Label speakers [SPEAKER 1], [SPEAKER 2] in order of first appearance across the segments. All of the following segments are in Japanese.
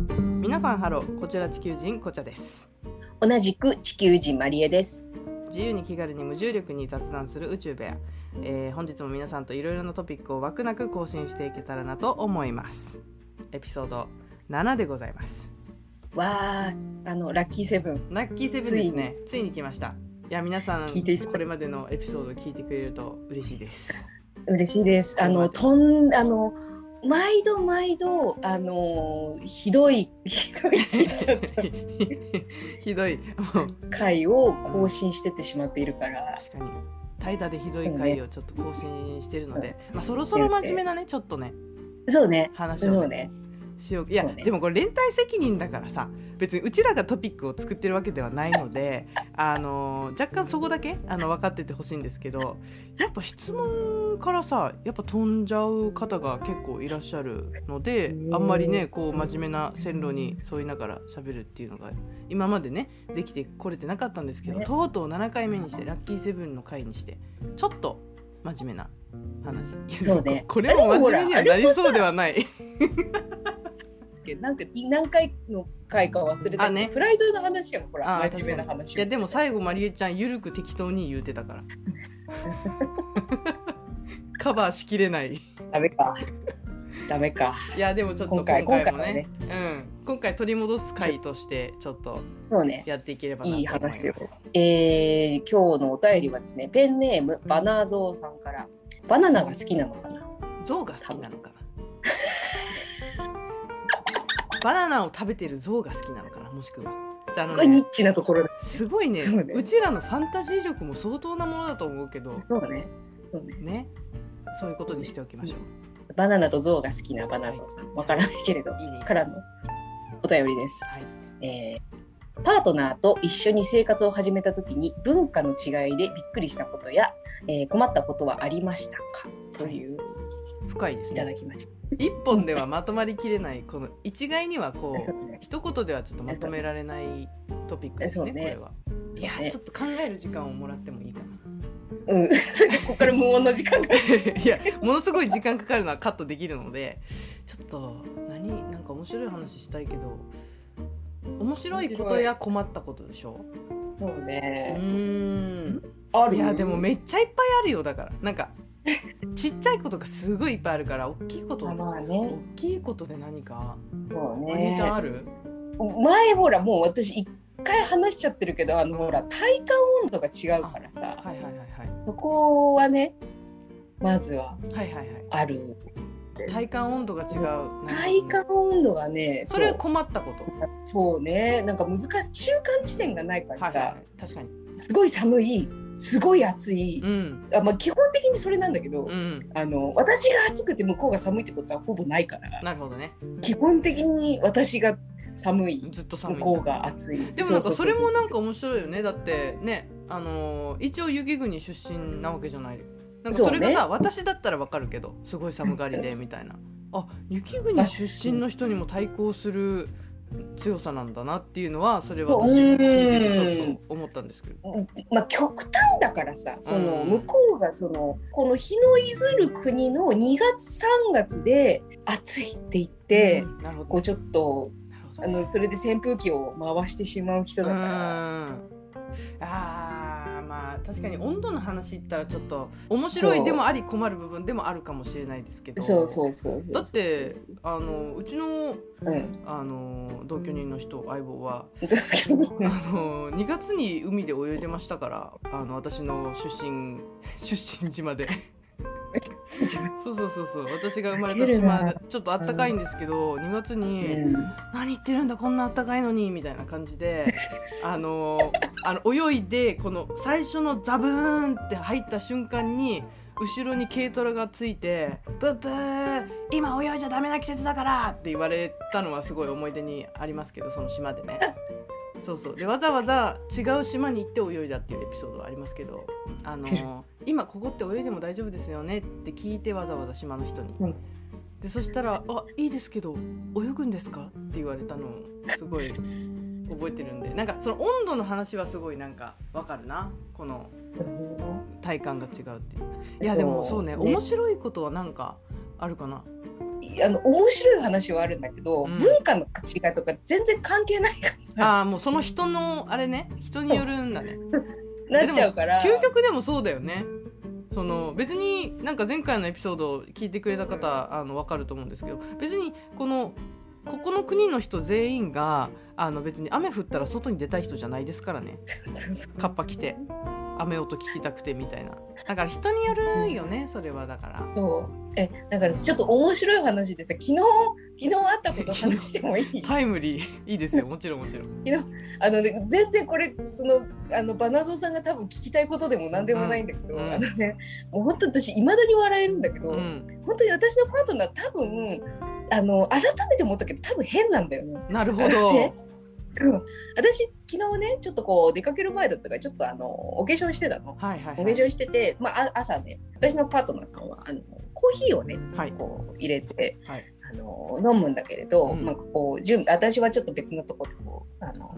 [SPEAKER 1] ファンハローこちら地球人こちらです
[SPEAKER 2] 同じく地球人マリエです。
[SPEAKER 1] 自由に気軽に無重力に雑談する宇宙部屋、えー本日も皆さんといろいろなトピックを枠なく更新していけたらなと思いますエピソード7でございます
[SPEAKER 2] わあ、あのラッキーセブン。
[SPEAKER 1] ラッキーセブンですねついに来ましたいや皆さん
[SPEAKER 2] 聞いていた
[SPEAKER 1] これまでのエピソードを聞いてくれると嬉しいです
[SPEAKER 2] 嬉しいです。あのとんあの毎度毎度あのひどい ひど いって言っちゃった
[SPEAKER 1] ひどいもう
[SPEAKER 2] 回を更新してってしまっているから。
[SPEAKER 1] 確かに怠惰でひどい回をちょっと更新してるので、まあ、そろそろ真面目なねちょっとね
[SPEAKER 2] そうね。
[SPEAKER 1] 話
[SPEAKER 2] そ
[SPEAKER 1] をね
[SPEAKER 2] うね。
[SPEAKER 1] しよういや
[SPEAKER 2] そうね
[SPEAKER 1] でもこれ連帯責任だからさ別にうちらがトピックを作ってるわけではないの であの若干そこだけあの分かっててほしいんですけどやっぱ質問からさやっぱ飛んじゃう方が結構いらっしゃるのであんまりねこう真面目な線路に沿いながら喋るっていうのが今までねできてこれてなかったんですけど
[SPEAKER 2] ね
[SPEAKER 1] とうとう7回目にしてラッキーセブンの回にしてちょっと真面目な話いや
[SPEAKER 2] そうね
[SPEAKER 1] ここれも真面目にはなりそうではない
[SPEAKER 2] なんか何回の回か忘れて
[SPEAKER 1] あね
[SPEAKER 2] プライドの話やもんほら
[SPEAKER 1] あー
[SPEAKER 2] 真面目な話
[SPEAKER 1] いやでも最後まりえちゃんゆるく適当に言うてたから カバーしきれないい
[SPEAKER 2] ダメかダメか
[SPEAKER 1] やでもちょっと
[SPEAKER 2] 今
[SPEAKER 1] 今
[SPEAKER 2] 回
[SPEAKER 1] 回
[SPEAKER 2] 今回
[SPEAKER 1] も
[SPEAKER 2] は
[SPEAKER 1] ね
[SPEAKER 2] ね
[SPEAKER 1] うん、今回取り戻す回としてちょっと
[SPEAKER 2] そうね
[SPEAKER 1] やっていければなと思
[SPEAKER 2] い
[SPEAKER 1] い
[SPEAKER 2] い
[SPEAKER 1] ま
[SPEAKER 2] 話
[SPEAKER 1] す
[SPEAKER 2] をえー今日のお便りはですねペンネームバナーゾウさんからバナナが好きなのかな
[SPEAKER 1] 象が好きなのかな バナナを食べてる象が好きなのかなもしくはじゃああ
[SPEAKER 2] す
[SPEAKER 1] の
[SPEAKER 2] ごいニ
[SPEAKER 1] ね
[SPEAKER 2] ッチなところだ
[SPEAKER 1] すごいね
[SPEAKER 2] そうね
[SPEAKER 1] うちらのファンタジー力も相当なものだと思うけど
[SPEAKER 2] そうねそうね
[SPEAKER 1] ねそういうことにしておきましょう、
[SPEAKER 2] バナナとゾウが好きなバナーゾウさんわからないけれど
[SPEAKER 1] いいね
[SPEAKER 2] からのお便りです、
[SPEAKER 1] はい
[SPEAKER 2] えーパートナーと一緒に生活を始めた時に文化の違いでびっくりしたことや、えー困ったことはありましたかという、
[SPEAKER 1] 深いです
[SPEAKER 2] い、た
[SPEAKER 1] ね
[SPEAKER 2] だきました
[SPEAKER 1] 一本ではまとまりきれないこの一概にはこ
[SPEAKER 2] そう うね
[SPEAKER 1] 一言ではちょっとまとめられないトピックですね
[SPEAKER 2] そうね
[SPEAKER 1] これは。いや
[SPEAKER 2] ね
[SPEAKER 1] ちょっと考える時間をもらってもいいかな。
[SPEAKER 2] うん、 それでここから無音の時間が
[SPEAKER 1] いやものすごい時間かかるのはカットできるのでちょっと何なんか面白い話したいけど面白いことや困ったことでしょ
[SPEAKER 2] そう
[SPEAKER 1] う
[SPEAKER 2] ね、
[SPEAKER 1] ーん
[SPEAKER 2] あ
[SPEAKER 1] いやでもめっちゃいっぱいあるよだからなんかちっちゃいことがすごいいっぱいあるから大きいこと
[SPEAKER 2] あ
[SPEAKER 1] 大
[SPEAKER 2] まあね
[SPEAKER 1] きいことで何か
[SPEAKER 2] そう
[SPEAKER 1] お兄
[SPEAKER 2] ね
[SPEAKER 1] ちゃんある
[SPEAKER 2] 前ほらもう私一回話しちゃってるけどあのほら体感温度が違うからさ
[SPEAKER 1] はいはいはいはい
[SPEAKER 2] そこはねまずは
[SPEAKER 1] はいはいはい
[SPEAKER 2] ある
[SPEAKER 1] 体感温度が違うなんか
[SPEAKER 2] 体感温度がね
[SPEAKER 1] それは
[SPEAKER 2] そう
[SPEAKER 1] 困ったこと
[SPEAKER 2] そうねなんか難しい中間地点がないから
[SPEAKER 1] はい
[SPEAKER 2] さ、
[SPEAKER 1] はいはい確かに
[SPEAKER 2] すごい寒いすごい暑い、
[SPEAKER 1] うん
[SPEAKER 2] あまあ、基本的にそれなんだけど、
[SPEAKER 1] うん
[SPEAKER 2] あの私が暑くて向こうが寒いってことはほぼないから
[SPEAKER 1] なるほどね
[SPEAKER 2] 基本的に私が寒い
[SPEAKER 1] ずっと寒い
[SPEAKER 2] 向
[SPEAKER 1] んだ
[SPEAKER 2] こうが暑い
[SPEAKER 1] でもなんか
[SPEAKER 2] う
[SPEAKER 1] そうれ
[SPEAKER 2] うう
[SPEAKER 1] もなんか面白いよねだってねあのー一応雪国出身なわけじゃないなんかそれがさ、
[SPEAKER 2] そ
[SPEAKER 1] 私だったらわかるけどすごい寒がりでみたいなあ雪国出身の人にも対抗する強さなんだなっていうのはそれ私聞いててちょっと思ったんですけど
[SPEAKER 2] まあ、極端だからさその
[SPEAKER 1] うん
[SPEAKER 2] 向こうがそのこの日のいずる国の2月3月で暑いって言って、
[SPEAKER 1] うんなるほど
[SPEAKER 2] こうちょっと
[SPEAKER 1] なるほど
[SPEAKER 2] あのそれで扇風機を回してしまう人だから。
[SPEAKER 1] うーんあーまあ確かに温度の話言ったらちょっと面白いでもあり困る部分でもあるかもしれないですけど
[SPEAKER 2] そうそうそうそ
[SPEAKER 1] だ
[SPEAKER 2] う
[SPEAKER 1] ってあのうちの
[SPEAKER 2] うん、
[SPEAKER 1] あの同居人の人相棒はあ
[SPEAKER 2] う
[SPEAKER 1] の2月に海で泳いでましたからあの私の出身 出身地ま でそうそうそうそう私が生まれた島でちょっとあったかいんですけど2月に。
[SPEAKER 2] ん
[SPEAKER 1] 何言ってるんだこんなあったかいのにみたいな感じであのあの泳いでこの最初のザブーンって入った瞬間に後ろに軽トラがついて「ブッブー今泳いじゃダメな季節だから!」って言われたのはすごい思い出にありますけどその島でね。そうそうでわざわざ違う島に行って泳いだっていうエピソードはありますけど「あの今ここって泳いでも大丈夫ですよね」って聞いてわざわざ島の人に。
[SPEAKER 2] うん
[SPEAKER 1] でそしたら「あいいですけど泳ぐんですか?」って言われたのをすごい覚えてるんでなんかその温度の話はすごいなんかわかるなこの体感が違うっていう。いやでもそうね面白いことはなんかあるかない
[SPEAKER 2] あの面白い話はあるんだけど、
[SPEAKER 1] うん
[SPEAKER 2] 文化の違いとか全然関係ないか
[SPEAKER 1] ああもうその人のあれね人によるんだね
[SPEAKER 2] らなっちゃうから
[SPEAKER 1] 究極でもそうだよねその別になんか前回のエピソードを聞いてくれた方、あの分かると思うんですけど別にこのここの国の人全員があの別に雨降ったら外に出たい人じゃないですからね
[SPEAKER 2] そうそうそう
[SPEAKER 1] カッパ着て雨音聞きたくてみたいなだから人によるよねそれはだから
[SPEAKER 2] そうえだからちょっと面白い話でさ昨日昨日あったこと話してもい い
[SPEAKER 1] タイムリーいいですよもちろんもちろん
[SPEAKER 2] あの、ね、全然これそのあのバナゾーさんが多分聞きたいことでも何でもないんだけど、
[SPEAKER 1] うんうん
[SPEAKER 2] あのねもう本当私いまだに笑えるんだけど、
[SPEAKER 1] うん
[SPEAKER 2] 本当に私のパートナー多分あの改めて思ったけど多分変なんだよね。
[SPEAKER 1] なるほ
[SPEAKER 2] ね
[SPEAKER 1] ど
[SPEAKER 2] うん、私昨日ねちょっとこう出かける前だったからちょっとあのお化粧してたの。
[SPEAKER 1] はいはい
[SPEAKER 2] お
[SPEAKER 1] は
[SPEAKER 2] 化
[SPEAKER 1] い
[SPEAKER 2] 粧してて、まあ、あ朝ね私のパートナーさんはあのコーヒーをね、
[SPEAKER 1] はい
[SPEAKER 2] こう入れて、
[SPEAKER 1] はい
[SPEAKER 2] あの飲むんだけれど、
[SPEAKER 1] うん
[SPEAKER 2] まあ、こう準備私はちょっと別のとこでこうあの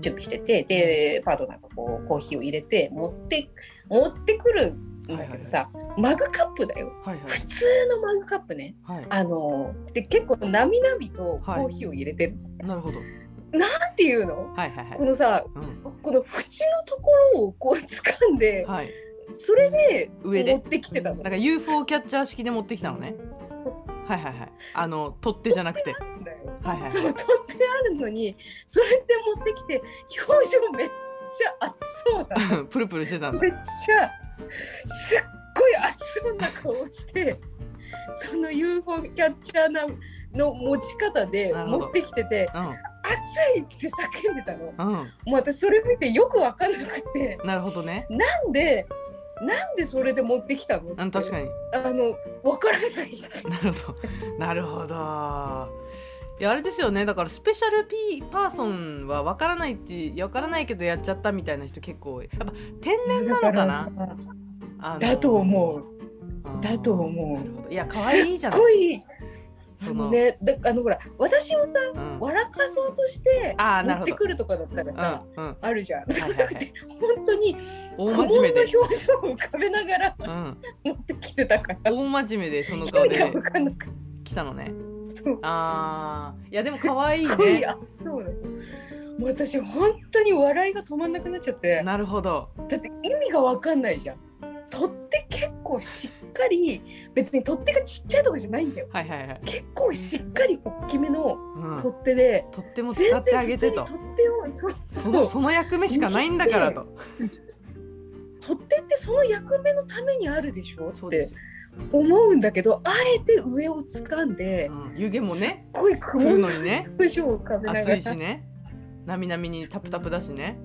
[SPEAKER 2] 準備しててでパートナーがこうコーヒーを入れて持って持ってくるんだけどさ、マグカップだよ
[SPEAKER 1] はい
[SPEAKER 2] 普通のマグカップね
[SPEAKER 1] はいは
[SPEAKER 2] あので結構なみなみとコーヒーを入れてる、
[SPEAKER 1] いなるほど
[SPEAKER 2] なんていうの
[SPEAKER 1] はいはいはい
[SPEAKER 2] このさ
[SPEAKER 1] うん
[SPEAKER 2] この縁のところをこう掴んで、
[SPEAKER 1] はい
[SPEAKER 2] それで
[SPEAKER 1] 上で
[SPEAKER 2] 持ってきてたの
[SPEAKER 1] なんか UFO キャッチャー式で持ってきたのね。はいはいはい。あの取っ手じゃなくて。
[SPEAKER 2] だよ。
[SPEAKER 1] はいはい
[SPEAKER 2] そ
[SPEAKER 1] は
[SPEAKER 2] の
[SPEAKER 1] い。
[SPEAKER 2] 取ってあるのにそれで持ってきて表情めっちゃ暑そうだ
[SPEAKER 1] プルプルしてたんだ。
[SPEAKER 2] めっちゃすっごい暑そうな顔してその UFO キャッチャーなの持ち方で
[SPEAKER 1] なるほ
[SPEAKER 2] 持
[SPEAKER 1] ど
[SPEAKER 2] ってきてて「暑い!」って叫んでたの。も
[SPEAKER 1] うんうん。
[SPEAKER 2] う私それ見てよく分かんなくて
[SPEAKER 1] なるほどね。
[SPEAKER 2] なんでなんでそれで持ってきたの
[SPEAKER 1] うん確かに。
[SPEAKER 2] あの分からない
[SPEAKER 1] なるほど。なるほど。いやあれですよねだからスペシャルピーパーソンは分からないって分からないけどやっちゃったみたいな人結構多いやっぱ天然なのかな
[SPEAKER 2] だからさ
[SPEAKER 1] あの
[SPEAKER 2] だと思う
[SPEAKER 1] あー
[SPEAKER 2] だと思う
[SPEAKER 1] なるほどいや可愛いじゃな
[SPEAKER 2] す
[SPEAKER 1] い
[SPEAKER 2] っごい
[SPEAKER 1] そ
[SPEAKER 2] あ
[SPEAKER 1] の
[SPEAKER 2] のねだあのほら私をさ
[SPEAKER 1] うん、
[SPEAKER 2] 笑かそうとして
[SPEAKER 1] ああ
[SPEAKER 2] 持
[SPEAKER 1] なる
[SPEAKER 2] っ
[SPEAKER 1] ほ
[SPEAKER 2] て
[SPEAKER 1] ど
[SPEAKER 2] くるとかだったらさ、
[SPEAKER 1] うんうん、
[SPEAKER 2] あるじゃん。
[SPEAKER 1] いはいはい
[SPEAKER 2] じゃなくて本当に
[SPEAKER 1] 大
[SPEAKER 2] 苦
[SPEAKER 1] 真面目
[SPEAKER 2] 悶の
[SPEAKER 1] で
[SPEAKER 2] 表、情を浮かべながら
[SPEAKER 1] うん、
[SPEAKER 2] 持ってきてたから。
[SPEAKER 1] 大真面目でその
[SPEAKER 2] 意
[SPEAKER 1] 顔
[SPEAKER 2] 味が
[SPEAKER 1] で
[SPEAKER 2] 分かんなくて、
[SPEAKER 1] 来たのね
[SPEAKER 2] そう
[SPEAKER 1] あーいやでも可愛い
[SPEAKER 2] すっごい
[SPEAKER 1] ね
[SPEAKER 2] 熱そうだよ。もう私本当に笑いが止まんなくなっちゃって、
[SPEAKER 1] なるほど
[SPEAKER 2] だって意味が分かんないじゃん。取って結構しっかり別に取っ手がちっちゃいとかじゃないんだよ。
[SPEAKER 1] はいはいはい、
[SPEAKER 2] 結構しっかり大きめの
[SPEAKER 1] うん、
[SPEAKER 2] 取っ手で、
[SPEAKER 1] とっても使
[SPEAKER 2] 全
[SPEAKER 1] って
[SPEAKER 2] 然
[SPEAKER 1] あげ
[SPEAKER 2] 普
[SPEAKER 1] て
[SPEAKER 2] 通に取
[SPEAKER 1] と
[SPEAKER 2] っ手をそう
[SPEAKER 1] そ
[SPEAKER 2] そ
[SPEAKER 1] の
[SPEAKER 2] う
[SPEAKER 1] その役目しかないんだからと
[SPEAKER 2] 取っ手ってその役目のためにあるでしょ
[SPEAKER 1] そ
[SPEAKER 2] っ
[SPEAKER 1] うで
[SPEAKER 2] て
[SPEAKER 1] す、
[SPEAKER 2] 思うんだけどあえて上を掴んで
[SPEAKER 1] うん、湯気もね
[SPEAKER 2] すっごい
[SPEAKER 1] 来る
[SPEAKER 2] 雲の
[SPEAKER 1] のにね
[SPEAKER 2] 表情を浮かべなが
[SPEAKER 1] 暑
[SPEAKER 2] ら
[SPEAKER 1] いしねなみなみにタプタプだしね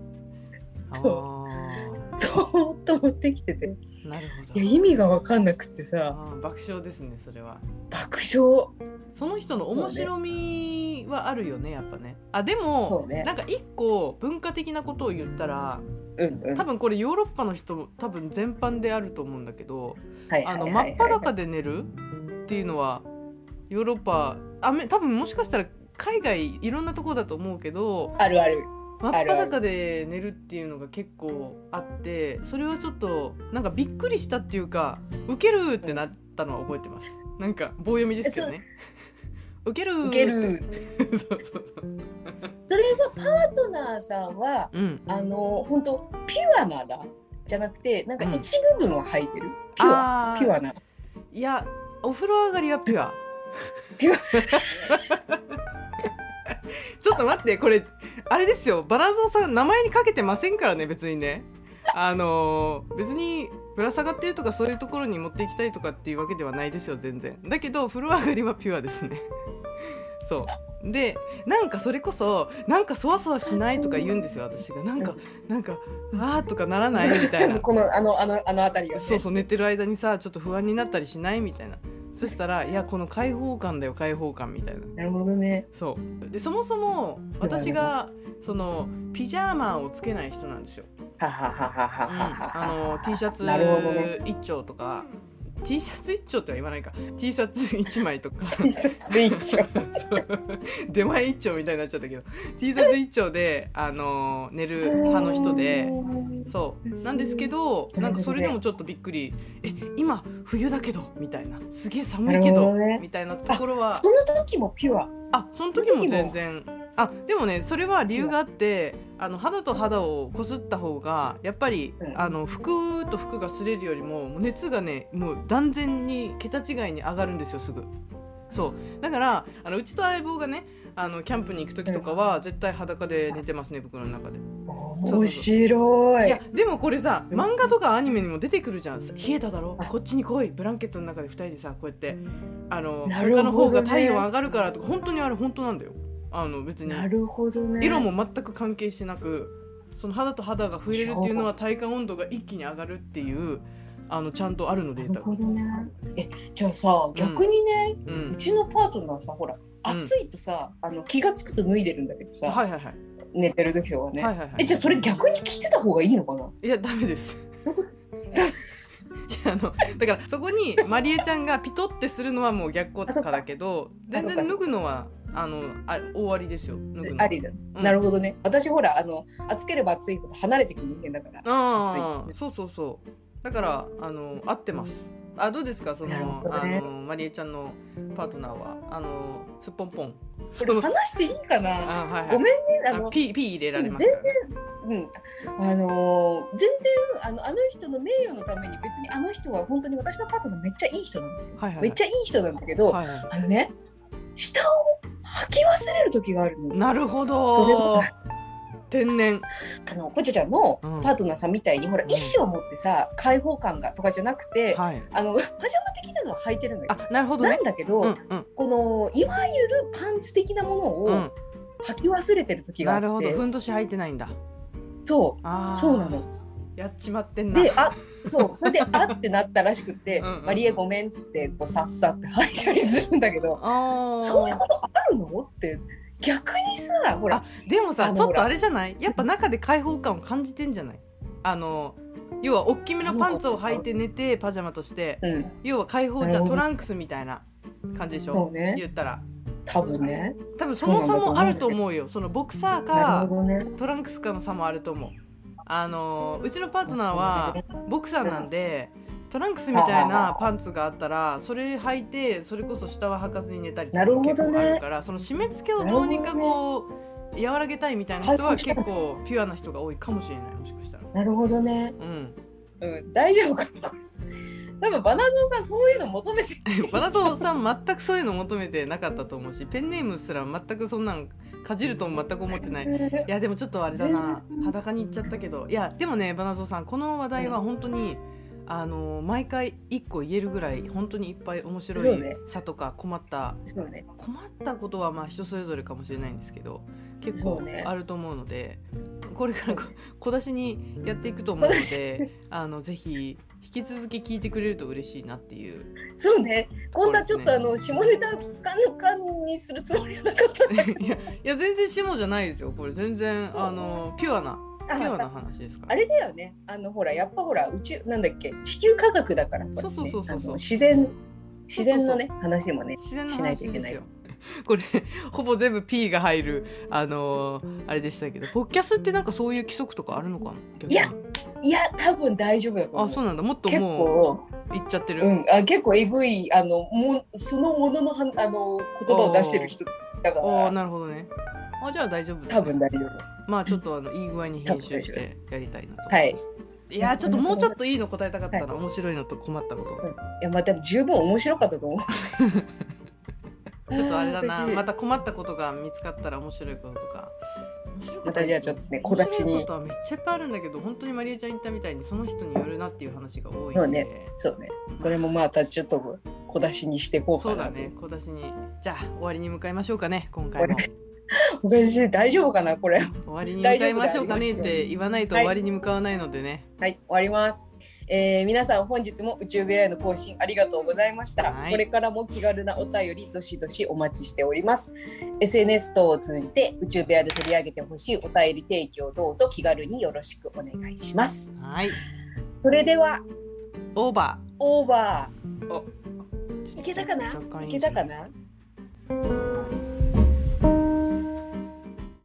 [SPEAKER 1] あ
[SPEAKER 2] そう
[SPEAKER 1] ー
[SPEAKER 2] とーっと持ってきてて
[SPEAKER 1] なるほ
[SPEAKER 2] いや
[SPEAKER 1] ど
[SPEAKER 2] 意味が分かんなくってさ
[SPEAKER 1] あー爆笑ですねそれは
[SPEAKER 2] 爆笑
[SPEAKER 1] その人の面白みはあるよねやっぱねあでも、
[SPEAKER 2] そうね
[SPEAKER 1] なんか一個文化的なことを言ったら
[SPEAKER 2] うんうん
[SPEAKER 1] 多分これヨーロッパの人多分全般であると思うんだけど
[SPEAKER 2] はい
[SPEAKER 1] あ
[SPEAKER 2] はい
[SPEAKER 1] の
[SPEAKER 2] はい
[SPEAKER 1] 真
[SPEAKER 2] はい
[SPEAKER 1] っ裸で寝るっていうのはヨーロッパあめ多分もしかしたら海外いろんなところだと思うけど
[SPEAKER 2] あるある
[SPEAKER 1] 真っ
[SPEAKER 2] ある
[SPEAKER 1] 裸で寝るっていうのが結構あってそれはちょっとなんかびっくりしたっていうかウケるってなったのは覚えてますなんか棒読みですけどねウケるー
[SPEAKER 2] 受ける
[SPEAKER 1] そうそうそう
[SPEAKER 2] それはパートナーさんは
[SPEAKER 1] うん
[SPEAKER 2] あの本当ピュアならじゃなくてなんか
[SPEAKER 1] うん
[SPEAKER 2] 一部分は履いてる、ピュア
[SPEAKER 1] あー
[SPEAKER 2] ピュアない
[SPEAKER 1] やお風呂上がりはピュア
[SPEAKER 2] ピュ ア
[SPEAKER 1] ちょっと待ってこれあれですよバラゾーさん名前にかけてませんからね別にねあのー別にぶら下がってるとかそういうところに持っていきたいとかっていうわけではないですよ全然だけど風呂上がりはピュアですねそうでなんかそれこそなんかそわそわしないとか言うんですよ私がなんかなんかあーとかならないみたいな
[SPEAKER 2] このあのあのあの辺りがね
[SPEAKER 1] そうそう寝てる間にさちょっと不安になったりしないみたいなそしたら「いやこの解放感だよ解放感」みたいな
[SPEAKER 2] なるほどね
[SPEAKER 1] そうでそもそも私がそのピジャーマをつけない人なんですよ、
[SPEAKER 2] ははははは
[SPEAKER 1] うん、あの T シャツ
[SPEAKER 2] なるほどね
[SPEAKER 1] 一丁とか T シャツ一丁とは言わないか T シャツ一枚と か
[SPEAKER 2] スイッチを
[SPEAKER 1] そう出前一丁みたいになっちゃったけど T シャツ一丁で、あのー寝る派の人でそうなんですけどなんかそれでもちょっとびっくり「え今冬だけど」みたいな「すげえ寒いけ
[SPEAKER 2] なる
[SPEAKER 1] ど
[SPEAKER 2] ほどね」
[SPEAKER 1] みたいなところは
[SPEAKER 2] その時もピュア
[SPEAKER 1] あその時も全然あでもねそれは理由があってあの肌と肌をこすった方がやっぱり、
[SPEAKER 2] うん
[SPEAKER 1] あの服と服が擦れるよりも熱がねもう断然に桁違いに上がるんですよすぐそうだからあのうちと相棒がねあのキャンプに行く時とかは絶対裸で寝てますね袋の中で、
[SPEAKER 2] 面白
[SPEAKER 1] い、
[SPEAKER 2] い
[SPEAKER 1] やでもこれさ
[SPEAKER 2] うん
[SPEAKER 1] 漫画とかアニメにも出てくるじゃん冷えただろこっちに来いブランケットの中で2人でさこうやってあの、
[SPEAKER 2] なる
[SPEAKER 1] 他
[SPEAKER 2] ほどね
[SPEAKER 1] の方が体温上がるからとか本当にあれ本当なんだよあの別に
[SPEAKER 2] なるほどね
[SPEAKER 1] 色も全く関係してなくその肌と肌が触れるっていうのは体感温度が一気に上がるっていうあのちゃんとあるの
[SPEAKER 2] な
[SPEAKER 1] デー
[SPEAKER 2] る
[SPEAKER 1] タ
[SPEAKER 2] ほ
[SPEAKER 1] が、
[SPEAKER 2] どねえじゃあさ逆にね、
[SPEAKER 1] う、
[SPEAKER 2] うんちのパートナーさほら暑いとさ、あの気がつくと脱いでるんだけどさ、
[SPEAKER 1] はいはいはい、
[SPEAKER 2] 寝てる時はね、
[SPEAKER 1] はいはいはい
[SPEAKER 2] えじゃあそれ逆に着てた方がいいのかない
[SPEAKER 1] やダメですいやあのだからそこにまりえちゃんがピトってするのはもう逆効果だけど
[SPEAKER 2] あそっ
[SPEAKER 1] 全
[SPEAKER 2] か
[SPEAKER 1] 然脱ぐのはあのあ終わりですよ脱ぐの
[SPEAKER 2] ありだ、
[SPEAKER 1] うん
[SPEAKER 2] なるほどね私ほらあの暑ければ暑いほど離れてく人間だから
[SPEAKER 1] あ
[SPEAKER 2] つ
[SPEAKER 1] あそうそうそうだからあの合ってますあどうですかそ
[SPEAKER 2] なる
[SPEAKER 1] の,、
[SPEAKER 2] ほどね
[SPEAKER 1] あのマリエちゃんのパートナーはあのすっぽんぽん
[SPEAKER 2] これ
[SPEAKER 1] その
[SPEAKER 2] 話していいか
[SPEAKER 1] あ
[SPEAKER 2] な
[SPEAKER 1] はいはい
[SPEAKER 2] ごめんねあ
[SPEAKER 1] あ
[SPEAKER 2] の
[SPEAKER 1] ピーピー入れられますからね
[SPEAKER 2] うん、あのー全然あのあの人の名誉のために別にあの人は本当に私のパートナーめっちゃいい人なんですよ。
[SPEAKER 1] はいはい
[SPEAKER 2] めっちゃいい人なんだけど、
[SPEAKER 1] はいは
[SPEAKER 2] あのね下を履き忘れる時があるの。
[SPEAKER 1] いなるほ
[SPEAKER 2] それ
[SPEAKER 1] ど
[SPEAKER 2] は
[SPEAKER 1] 天然
[SPEAKER 2] あのこちちゃんの
[SPEAKER 1] うん
[SPEAKER 2] パートナーさんみたいに、ほら
[SPEAKER 1] うん
[SPEAKER 2] 意思を持ってさ開放感がとかじゃなくて、
[SPEAKER 1] はい
[SPEAKER 2] あのパジャマ的なのは履いてるんだけど。
[SPEAKER 1] あなるほど
[SPEAKER 2] な
[SPEAKER 1] ね
[SPEAKER 2] んだけど、
[SPEAKER 1] うんうん
[SPEAKER 2] このいわゆるパンツ的なもの
[SPEAKER 1] う
[SPEAKER 2] を
[SPEAKER 1] ん
[SPEAKER 2] 履き忘れてる時があ
[SPEAKER 1] な
[SPEAKER 2] って、
[SPEAKER 1] るほどふんどし履いてないんだ
[SPEAKER 2] そ
[SPEAKER 1] ああ
[SPEAKER 2] うそうなの
[SPEAKER 1] やっちまってんな
[SPEAKER 2] で、あ、そう、それで、あってなったらしくて、
[SPEAKER 1] うんうん
[SPEAKER 2] マリエごめんっつって、こうさっさって入ったりするんだけど。
[SPEAKER 1] あー
[SPEAKER 2] そういうことあるのって、逆にさ、ほら、
[SPEAKER 1] でも
[SPEAKER 2] あ
[SPEAKER 1] さ
[SPEAKER 2] の
[SPEAKER 1] ちょっとあれじゃないやっぱ中で開放感を感じてんじゃないあの要は大きめのパンツを履いて寝てパジャマとして
[SPEAKER 2] うん、
[SPEAKER 1] 要は開放じ
[SPEAKER 2] なる
[SPEAKER 1] ゃん
[SPEAKER 2] ほど
[SPEAKER 1] トランクスみたいな感じでし
[SPEAKER 2] そう
[SPEAKER 1] ょ
[SPEAKER 2] ね、
[SPEAKER 1] 言ったら
[SPEAKER 2] 多分ね。
[SPEAKER 1] 多分その
[SPEAKER 2] そう
[SPEAKER 1] 差
[SPEAKER 2] なんだと思う
[SPEAKER 1] もあると思うよそのボクサー
[SPEAKER 2] なる
[SPEAKER 1] か
[SPEAKER 2] ほどね。
[SPEAKER 1] トランクスかの差もあると思うあのうちのパートナーはボクサーなんでトランクスみたいなパンツがあったらそれ履いてそれこそ下は履かずに寝たりとか
[SPEAKER 2] なるほど
[SPEAKER 1] 結
[SPEAKER 2] ね
[SPEAKER 1] 構あるからその締め付けをどうにかこう和らげたいみたいな人は
[SPEAKER 2] 解放したい
[SPEAKER 1] 結構ピュアな人が多いかもしれないもしかしたら。
[SPEAKER 2] なるほどね。
[SPEAKER 1] うん、
[SPEAKER 2] うん、大丈夫かな。多分バナゾンさん、そういうの求めてる。
[SPEAKER 1] バナゾウさん全くそういうの求めてなかったと思うしペンネームすら全くそんなんかじるとも全く思ってない。いやでもちょっとあれだな裸に行っちゃったけどいやでもねバナゾーさんこの話題は本当に、あの毎回一個言えるぐらい本当にいっぱい面白
[SPEAKER 2] そう
[SPEAKER 1] い
[SPEAKER 2] ね
[SPEAKER 1] さとか困った、
[SPEAKER 2] そうね。
[SPEAKER 1] 困ったことはまあ人それぞれかもしれないんですけど結
[SPEAKER 2] そ
[SPEAKER 1] 構
[SPEAKER 2] うね
[SPEAKER 1] あると思うので、これから こ小出しにやっていくと思うのであのぜひ引き続き聞いてくれると嬉しいなっていう。
[SPEAKER 2] そうね。こんなちょっと、あ
[SPEAKER 1] そう
[SPEAKER 2] の、下ネタ、カンカンにするつもりはなかった。
[SPEAKER 1] いやいや全然下じゃないですよこれ全然あのピュアな ピュアな話ですから
[SPEAKER 2] あ。れだよね。あのほらやっぱほら宇宙なんだっけ地球科学だからこれね
[SPEAKER 1] そうそうそうそう
[SPEAKER 2] あの自然自然のね話もね。
[SPEAKER 1] 自然の
[SPEAKER 2] しないと
[SPEAKER 1] 話
[SPEAKER 2] い
[SPEAKER 1] で
[SPEAKER 2] けな
[SPEAKER 1] す
[SPEAKER 2] い
[SPEAKER 1] よ。これほぼ全部 P が入るあのーあれでしたけどポッキャスってなんかそういう規則とかあるのかな逆に
[SPEAKER 2] いやいや多分大丈夫だと思う。
[SPEAKER 1] あそうなんだもっと
[SPEAKER 2] 結
[SPEAKER 1] も
[SPEAKER 2] 構
[SPEAKER 1] ういっちゃってる、
[SPEAKER 2] うんあ結構えぐいあのもうそのもののはあの言葉を出してる人だか
[SPEAKER 1] ああ
[SPEAKER 2] ら
[SPEAKER 1] なるほどねあじゃあ大丈夫だ
[SPEAKER 2] 多分大丈夫。
[SPEAKER 1] まあちょっとあのいい具合に編集し
[SPEAKER 2] 多分
[SPEAKER 1] てやりたいなと、、
[SPEAKER 2] はいい。い
[SPEAKER 1] やーちょっともうちょっといいの答えたかったな、
[SPEAKER 2] は
[SPEAKER 1] 面白いのと困ったこと、
[SPEAKER 2] やまあでも十分面白かったと思う。
[SPEAKER 1] ちょっとあれだな
[SPEAKER 2] 私
[SPEAKER 1] また困ったことが見つかったら面白いこととか面白いこと
[SPEAKER 2] またじゃあちょっとね小
[SPEAKER 1] 面
[SPEAKER 2] 立ち
[SPEAKER 1] 白いこ
[SPEAKER 2] に
[SPEAKER 1] とはめっちゃいっぱいあるんだけど本当にマリエちゃん言ったみたいにその人によるなっていう話が多い
[SPEAKER 2] そ
[SPEAKER 1] の
[SPEAKER 2] う
[SPEAKER 1] で、
[SPEAKER 2] ねそうねそれもまたちょっと小出しにしていこう
[SPEAKER 1] そ
[SPEAKER 2] か
[SPEAKER 1] うだ
[SPEAKER 2] なと。
[SPEAKER 1] ね小出しにじゃあ終わりに向かいましょうかね今回も
[SPEAKER 2] こおかしい大丈夫かなこれ。
[SPEAKER 1] 終わりに向かいましょうかねっ
[SPEAKER 2] 大丈夫であります
[SPEAKER 1] て言わないと
[SPEAKER 2] はい
[SPEAKER 1] 終わりに向かわないのでね、
[SPEAKER 2] はい、終わります。えー皆さん本日も宇宙部屋への更新ありがとうございました。
[SPEAKER 1] はい
[SPEAKER 2] これからも気軽なお便りどしどしお待ちしております。SNS 等を通じて宇宙部屋で取り上げてほしいお便り提供どうぞ気軽によろしくお願いします。
[SPEAKER 1] はい
[SPEAKER 2] それでは
[SPEAKER 1] オーバー
[SPEAKER 2] オーバー。
[SPEAKER 1] あ
[SPEAKER 2] いけたかな
[SPEAKER 1] 若干
[SPEAKER 2] い
[SPEAKER 1] いい
[SPEAKER 2] け
[SPEAKER 1] んじゃ
[SPEAKER 2] た
[SPEAKER 1] な
[SPEAKER 2] か
[SPEAKER 1] い
[SPEAKER 2] な